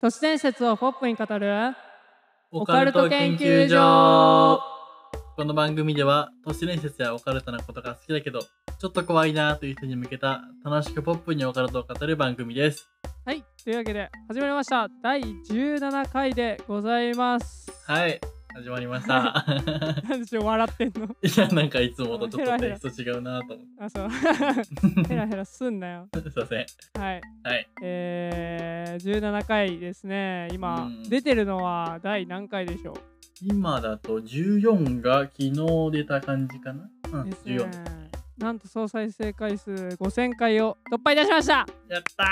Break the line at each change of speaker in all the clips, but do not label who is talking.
都市伝説をポップに語る
オ
カルト研究所
この番組では都市伝説やオカルトなことが好きだけどちょっと怖いなという人に向けた楽しくポップにオカルトを語る番組です
はいというわけで始まりました第17回でございます
はい始まりました
何でしょう笑ってんの
いやなんかいつもとちょっとテイスト違うなと思
あそう
って
ヘラヘラすんなよ
すいません
はい
はい
えー、17回ですね今、
うん
出てるのは第何回でしょ
今だと14が昨日出た感じかなう
うんですね
14
なんと総再生回数5000回を突破いたしました
やった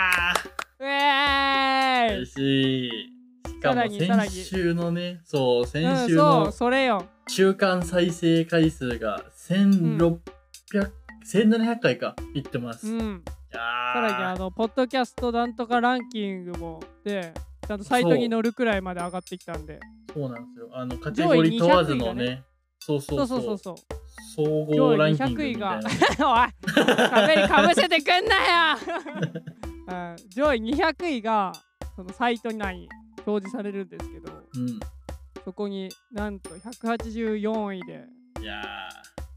うえー
ー嬉
い
しいしかも
さらにさら
先
に
週のねそう先
うん、
週
そ
の
うそれよ
週間再生回数が1600、1700回かいってます。
う
い
ん
や
さらにあ
ー
のポッドキャストなんとかランキングもでちゃんとサイトに載るくらいまで上がってきたんで
そうなんですよ。あのカテゴリー問わずの
上
ね、
位200位
そうそ
そう
う
そ
そうう
そうそう
総合ランキングみたいな。
上位 おい壁にかぶせてくんなよ、うん、 上位200位がそのサイト内に表示されるんですけど
うん、
そこになんと184位で
いや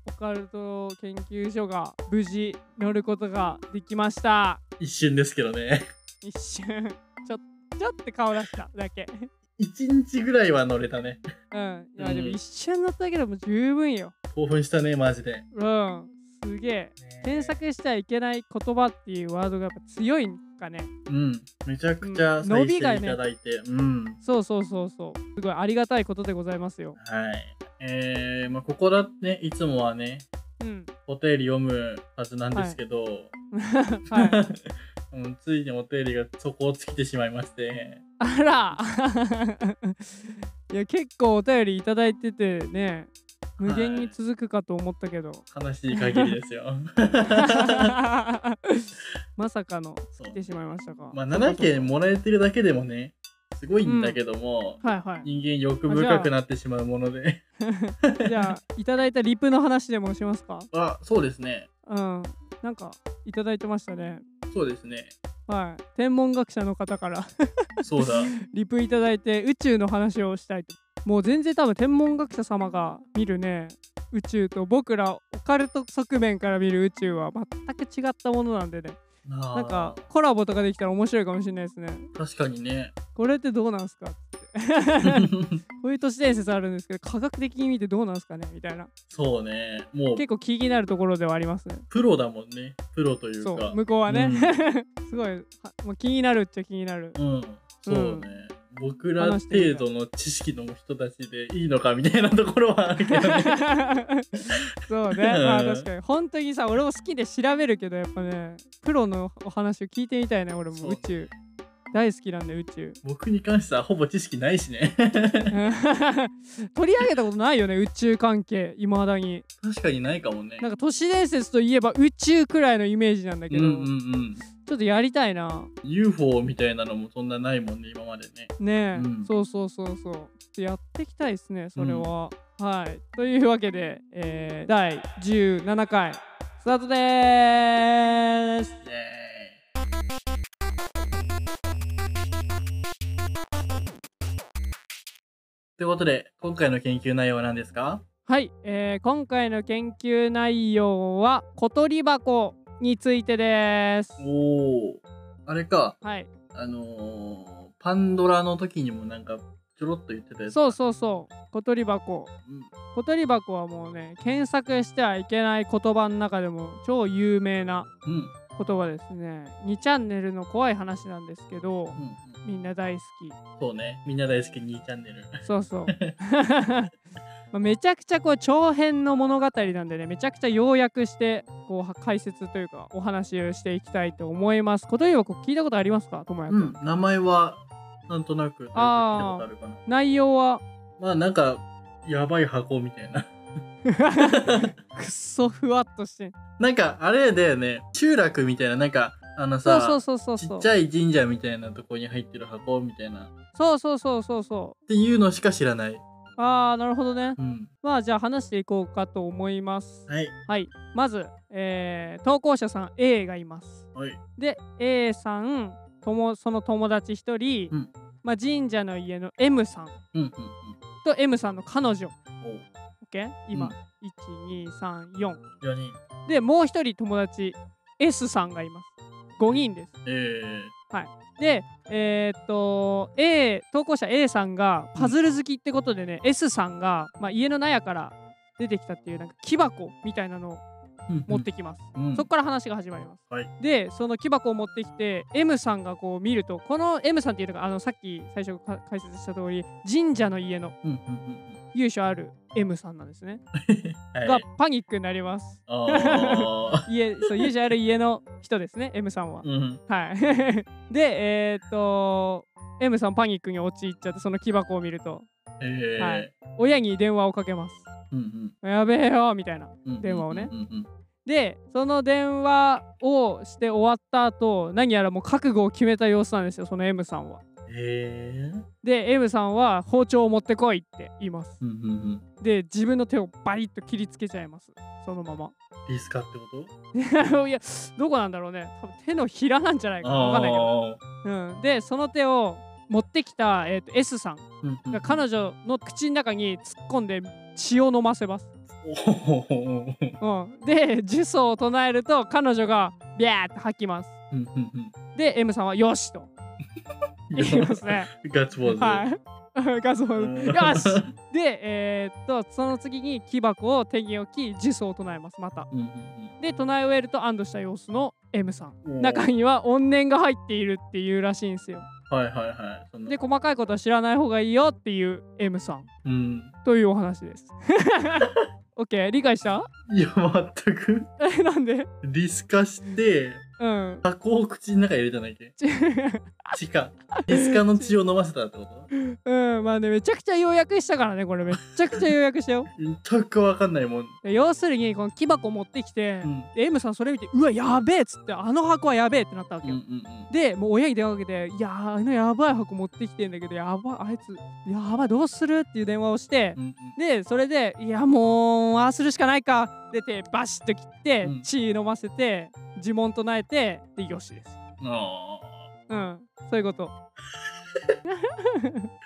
オカルト研究所が無事乗ることができました
ー一瞬ですけどね。
一瞬ちょちょって顔出しただけ
一日ぐらいは乗れたね。
うんいやでも
うん
一瞬乗っただけでも十分よ
興奮したね、マジで。ね
うんすげえ検索しちゃいけない言葉っていうワードがやっぱ強いんかね
うん、めちゃくちゃ
うん伸
再
びが
生
ね
いただいて。うん。
そうそうそうそうすごいありがたいことでございますよ
はい。えー、まあここだってね、いつもはね、
うん
お便り読むはずなんですけど、
はい
うんついにお便りが底を尽きてしまいまして、
あら いや結構お便りいただいててね無限に続くかと思ったけど、
悲しい限りです よ。
まさかの
そう
来てしまいましたか
まあ、7件もらえてるだけでもね、すごいんだけども、
はいは
人間欲深くなってしまうもので。
いじゃあいただいたリプの話でもしますか
あ、そうですね。
うんなんかいただいてましたね
そうですね。
はい天文学者の方から
そうだ。
リプいただいて宇宙の話をしたいともう全然多分天文学者様が見るね宇宙と僕らオカルト側面から見る宇宙は全く違ったものなんでね
なあ
なんかコラボとかできたら面白いかもしれないですね
確かに ね。
これってどうなんすかってこういう都市伝説あるんですけど科学的に見てどうなんすかねみたいな
そうね。もう
結構気になるところではありますね
プロだもんね。プロという
そ
か
う。向こうはね、 すごいはもう気になるっちゃ気になる
うん。そう
う
ね。
ん
僕ら程度の知識の人たちでいいのかみたいなところはあるけど ね。
そうね、
うん
まあ確かに本当にさ俺も好きで調べるけどやっぱねプロのお話を聞いてみたいね俺
そ
も
う
宇宙大好きなんで宇宙
僕に関してはほぼ知識ないしね
取り上げたことないよね宇宙関係いまだに
確かにないかもね
なんか都市伝説といえば宇宙くらいのイメージなんだ
う
け
ん
ど、
うんうん
ちょっとやりたいな
UFO みたいなのもそんなないもんね今までね
ねえ、
うん
そうそうそうそうちょっとやっていきたいですねそれは、はいというわけで、えー第17回スタートでーす
イエーイということで今回の研究内容は何ですか
はい、えー今回の研究内容は小鳥箱についてです。
おおあれか
はい、
あのー、パンドラの時にもなんかちょろっと言ってたやつ
そうそうそう、小鳥箱。
うん
小鳥箱はもうね、検索してはいけない言葉の中でも超有名な
うんうん
言葉ですね。2チャンネルの怖い話なんですけど、
うん
みんな大好き。
そうねみんな大好き2チャンネル
そうそう。 まあめちゃくちゃこう長編の物語なんでねめちゃくちゃ要約してこうは解説というかお話をしていきたいと思います。小鳥箱聞いたことありますかともやく
うん名前はなんとなく聞いたことあるかな
内容 は
まあなんか、やばい箱みたいな。
くっそふわっとしてん
なんか、あれだよね、集落みたいな、なんか、あの
そ
さ、
うそうそうそうそう
ちっちゃい神社みたいなとこに入ってる箱みたいな、っ
そうそうそうそうそ
ていうのしか知らない。
うああなるほどね
うん。
まあじゃあ話していこうかと思います
はい。
はいまず、えー投稿者さん A がいます
はい。
で A さんともその友達1人、
うん
まあ、神社の家の M さん
うんうん
と M さんの彼女
うん。お
OK 今、
うん
1234
4人。
でもう一人友達 S さんがいます5人です
え
でえーっと A 投稿者 A さんがパズル好きってことでね、S さんが、まあ、家の納屋から出てきたっていうなんか木箱みたいなのを
えー。
持ってきます、
うん
そこから話が始まります、
はい
でその木箱を持ってきて M さんがこう見るとこの M さんっていうのがあのさっき最初か解説した通り神社の家の
うんうんうん
由緒ある M さんなんですね、
うん。は
が
い。
パニックになります
ああ。
家 そう由緒ある家の人ですね M さ んは、
うん。
はい。で、えーっと、M さんパニックに陥っちゃって、その木箱を見ると、
ええ。
はい親に電話をかけます。
うんうん
やべえよみたいな。
うんうん。
電話をね
うんうん
で、その電話をして終わった後、何やらもう覚悟を決めた様子なんですよ、その M さんは。
うん。ええ。
で、M さんは包丁を持ってこいって言います
う。んうんうん。
で、自分の手をバリッと切りつけちゃいます。そのまま。
ビスカってこと
いや、どこなんだろうね。多分手のひらなんじゃないかな。わかんないけど。
あ
うん、で、その手を持ってきた、えーっと S さん。
あ。うんうんうん
彼女の口の中に突っ込んで血を飲ませます、
おほほほほ
うん、で呪詛を唱えると彼女がビャーって吐きます
うんうんうん。
で M さんは「よし!」と言いますね
ガッツポーズ。
はい画像を
うん
よしでえーっとその次に木箱を手に置き呪詛を唱えますまた
うんうん
で唱え終えると安堵した様子の M さん
うん。
中
い
には怨念が入っているっていうらしいんですよ
はいはいはい。そんな
で、細かいことは知らない方がいいよっていう M さん
うん。
というお話です OK 理解した
いや、全く。
えなんで
リスカして、
うん
タコを口の中に入れたんだっけ
ち
血か。リスカの血を飲ませたってこと
うんまあねめちゃくちゃ要約したからねこれめっちゃくちゃ要約したよ
全くわかんないもん。
で要するにこの木箱持ってきて、
うん。
で M さんそれ見てうわやべえっつってあの箱はやべえってなったわ
う
け
んう
よ、
ん
でもう親に電話かけて「いやーあのやばい箱持ってきてんだけどやばいあいつやばいどうする?」っていう電話をして
うん。うん
でそれで「いやもうああするしかないか」で手バシッと切って、
うん
血飲ませて呪文唱えてでよしです
うん。あ
うん、そういう こと。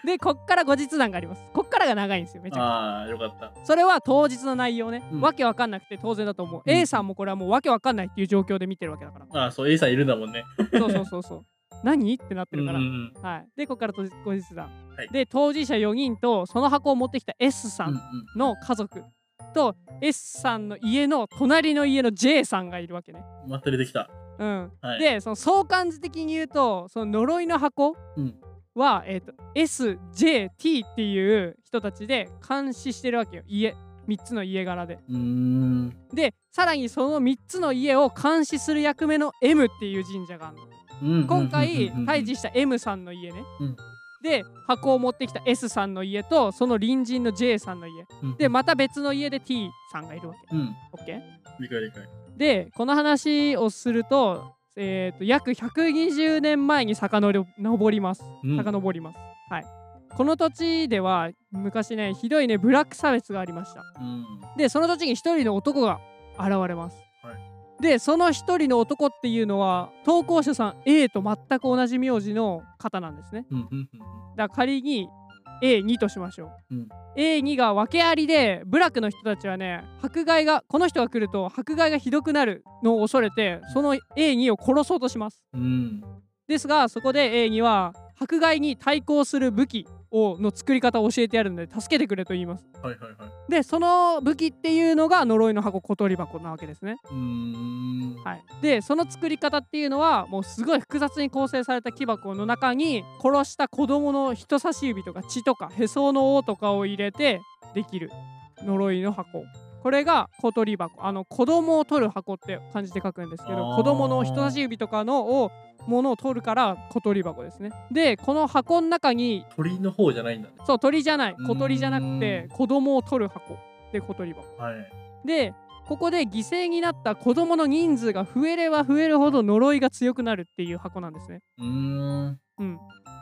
で、こっから後日談があります。こっからが長いんですよ、めちゃくち
ー
ゃ。
あー、よかった。
それは当日の内容ね、
うん
わけわかんなくて当然だと思う。
うん
A さんもこれはもうわけわかんないっていう状況で見てるわけだから。
あー、そう、A さんいるんだもんね。
そうそうそうそう。何ってなってるから。
うんうん
はい、で、こっから当日後日談、
はい
で、当事者4人とその箱を持ってきた S さ
うん
んの家族と S さんの家の隣の家の J さんがいるわけね。
うん。また出てきた。
うん、
はい。、
でその相関図的に言うとその呪いの箱
うん
は、えっと SJT っていう人たちで監視してるわけよ家3つの家柄で。
うーん。
でさらにその3つの家を監視する役目の M っていう神社があるの。
うん
今回退治
し
した M さんの家ね。
うん
で箱を持ってきた S さんの家とその隣人の J さんの家で、また別の家で T さんがいるわけ。
うんうん。
OK?
理解理解。
でこの話をすると,、えー、と約120年前に遡ります
うん
遡ります、はいこの土地では昔ねひどいねブラック差別がありました
うん。
でその土地に一人の男が現れます、
は
でその一人の男っていうのは投稿者さん A と全く同じ名字の方なんですね
うんうん
だから仮に A2 としましょう、
うん
A2 が訳ありで部落の人たちはね迫害がこの人が来ると迫害がひどくなるのを恐れてその A2 を殺そうとします
うん。うん。
ですがそこで A2 は迫害に対抗する武器をの作り方を教えてやるので助けてくれと言います
はいはいはい。
でその武器っていうのが呪いの箱小鳥箱なわけですね
うーん。
はい、でその作り方っていうのはもうすごい複雑に構成された木箱の中に殺した子供の人差し指とか血とかへその緒とかを入れてできる呪いの箱これが小鳥箱あの子供を取る箱って漢字で書くんですけ
あ
ど
ー
子供の人差し指とかのをものを取るから小鳥箱ですねでこの箱の中に
鳥の方じゃないんだね。
そう鳥じゃない小鳥じゃなく
うーん
て子供を取る箱で小鳥箱
はい。
でここで犠牲になった子どもの人数が増えれば増えるほど呪いが強くなるっていう箱なんですね。
うーん。
うん、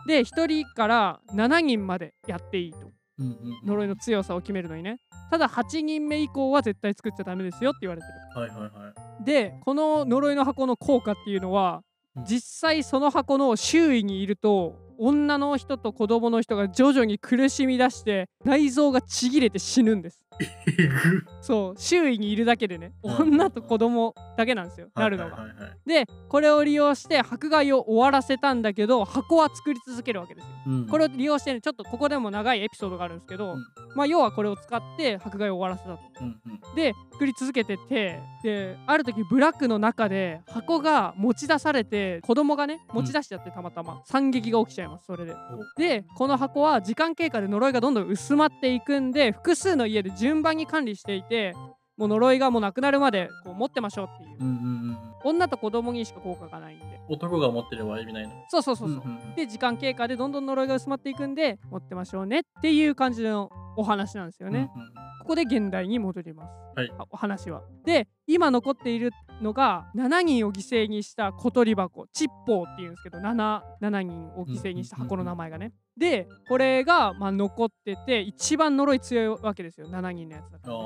で1人から7人までやっていいと
うんうん
呪いの強さを決めるのにねただ8人目以降は絶対作っちゃダメですよって言われてる。
はいはいはい。
でこの呪いの箱の効果っていうのは
うん
実際その箱の周囲にいると女の人と子供の人が徐々に苦しみ出して内臓がちぎれて死ぬんです
えぐ
そう周囲にいるだけでね
うん
女と子供だけなんですよなるのが、
はいはいはいはい
でこれを利用して迫害を終わらせたんだけど箱は作り続けるわけですよ
うん
これを利用してねちょっとここでも長いエピソードがあるんですけど、
うん
まあ要はこれを使って迫害を終わらせたと
うんうん
で作り続けててである時ブラックの中で箱が持ち出されて子供がね持ち出しちゃってたまたま、惨劇が起きちゃいますそれででこの箱は時間経過で呪いがどんどん薄まっていくんで複数の家で順番に管理していてもう呪いがもうなくなるまでこう持ってましょうっていう、
うんうんうん
女と子供にしか効果がないんで
男が持ってれば意味ないの
そうそうそうそう、
んんん
で時間経過でどんどん呪いが薄まっていくんで持ってましょうねっていう感じのお話なんですよね、
うんうん
ここで現代に戻ります、
はい
あお話はで今残っているのが7人を犠牲にした小鳥箱チッポーっていうんですけど 7, 7人を犠牲にした箱の名前がね、でこれがまあ残ってて一番呪い強いわけですよ7人のやつだから、ね、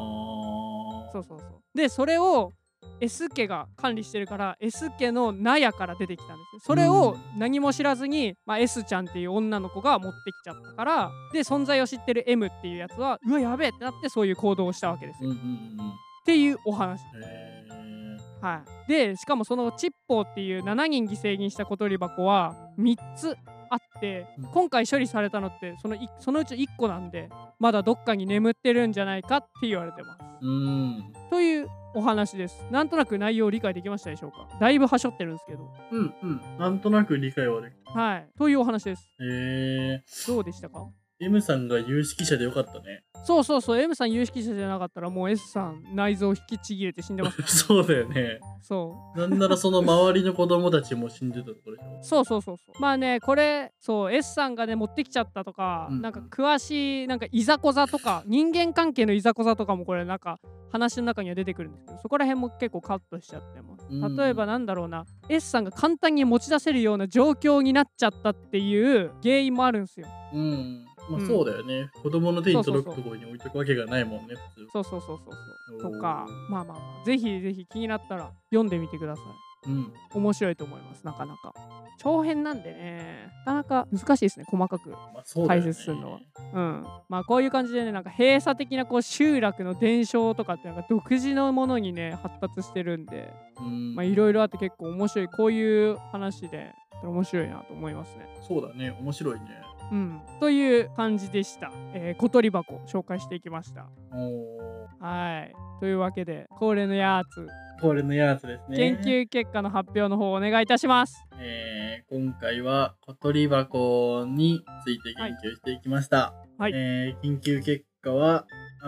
あ
そうそうそうでそれを S 家が管理してるから S 家の納屋から出てきたんですよそれを何も知らずに、まあ、S ちゃんっていう女の子が持ってきちゃったからで存在を知ってる M っていうやつはうわやべえってなってそういう行動をしたわけです
う
よ、
んう
っ
んうんうん
ていうお話
えー
はいでしかもそのチッポーっていう7人犠牲にした小鳥箱は3つあって
うん
今回処理されたのってそのいそのうち1個なんでまだどっかに眠ってるんじゃないかって言われてます
うん
というお話です。なんとなく内容を理解できましたでしょうかだいぶはしょってるんですけど。
うんうんなんとなく理解はできた
はい。というお話です。
えー
どうでしたか
M さんが有識者でよかったね
そうそうそう、M さん有識者じゃなかったらもう S さん内臓引きちぎれて死んでますからね、
そうだよね
そ
なんならその周りの子供たちも死んでたところでしょ
うそうそうそうそう。まあね、これ、そう、S さんがね、持ってきちゃったとか、
うん
なんか詳しい、なんかいざこざとか、人間関係のいざこざとかもこれなんか話の中には出てくるんですけど、そこら辺も結構カットしちゃってます。
うん
例えばなんだろうな S さんが簡単に持ち出せるような状況になっちゃったっていう原因もあるんですよ。
うんまあ
うん
そうだよね、子供の手に
そ
届
うそう
く
そ
と
う
ころに置いとくわけがないもんね普通
そうそうそうそうそう
おー
とかまあまあまあぜひぜひ気になったら読んでみてください。
うん
面白いと思いますなかなか。長編なんでねなかなか難しいですね細かく。
まあそうだよね
解説するのはうん、まあこういう感じでねなんか閉鎖的なこう集落の伝承とかってなんか独自のものにね発達してるんで
うん
まあいろいろあって結構面白いこういう話で面白いなと思いますね。
そうだね面白いね
うん、という感じでした、えー小鳥箱紹介していきました
おお
はいというわけで恒例のやつ、
これのやつですね
研究結果の発表の方をお願いいたします
えー今回は小鳥箱について研究していきました、
はいはい
えー研究結果は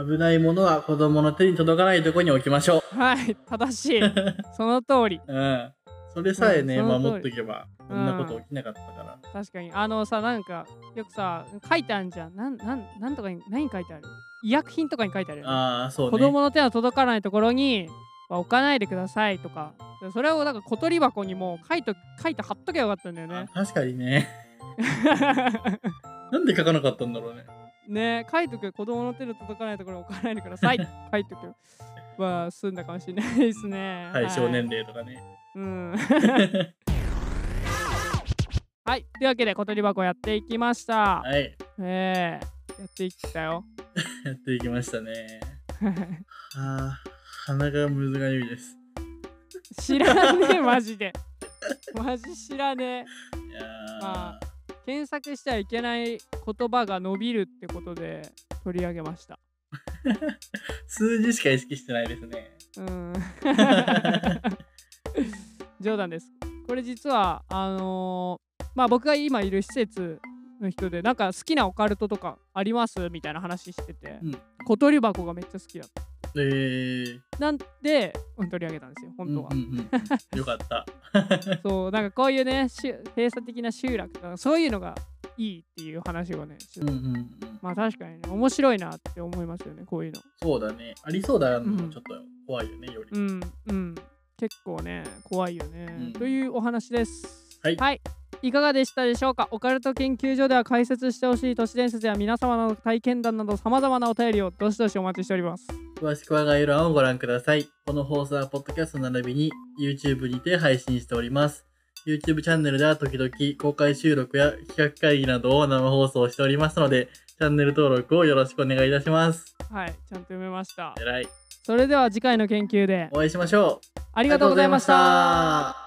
危ないものは子供の手に届かないところに置きましょ
はい正しいその通り
う、うん、それさえね、
うんその通り
守っとけばこんなこと起きなかったから、
確かにあのさなんかよくさ書いてあるじゃんなんなんなんとかに何書いてある医薬品とかに書いてあるよね
ああそうね
子供の手の届かないところには置かないでくださいとかそれをなんか小鳥箱にも書いと書いて貼っとけばよかったんだよ
あ
ね
確かにねなんで書かなかったんだろうね
ね書いとくよ子供の手の届かないところに置かないでください 書いとくよは済んだかもしれないですね
対象年齢とかね、
はい、うん はいというわけで小鳥箱やっていきました、
はい
ええやっていったよ
やっていきました ねあー鼻がむずがゆいです
知らねえマジでマジ知らねえ
いやー
ま検索してはいけない言葉が伸びるってことで取り上げました
数字しか意識してないですね
うん冗談ですこれ実はあのーまあ僕が今いる施設の人でなんか好きなオカルトとかありますみたいな話してて、
うん
小鳥箱がめっちゃ好きだった
えー、
なんでうん取り上げたんですよ本当は、
うんうんうん、よかった
そうなんかこういうねしゅ閉鎖的な集落とかそういうのがいいっていう話をねして
うんうんうん
まあ確かにね面白いなって思いますよねこういうの
そうだねありそうだの
う
も
ん
ちょっと怖いよねより、
うんうん結構ね怖いよね、
うん
というお話です
はい
いいかがでしたでしょうかオカルト研究所では解説してほしい都市伝説や皆様の体験談などさまざまなお便りをどしどしお待ちしております
詳しくは概要欄をご覧くださいこの放送はポッドキャスト並びに YouTube にて配信しております YouTube チャンネルでは時々公開収録や企画会議などを生放送しておりますので、チャンネル登録をよろしくお願いいたします。
はい、ちゃんと読めました
え。らい。
それでは次回の研究で
お会いしましょう。
あ
あ
りがとうございました。
た。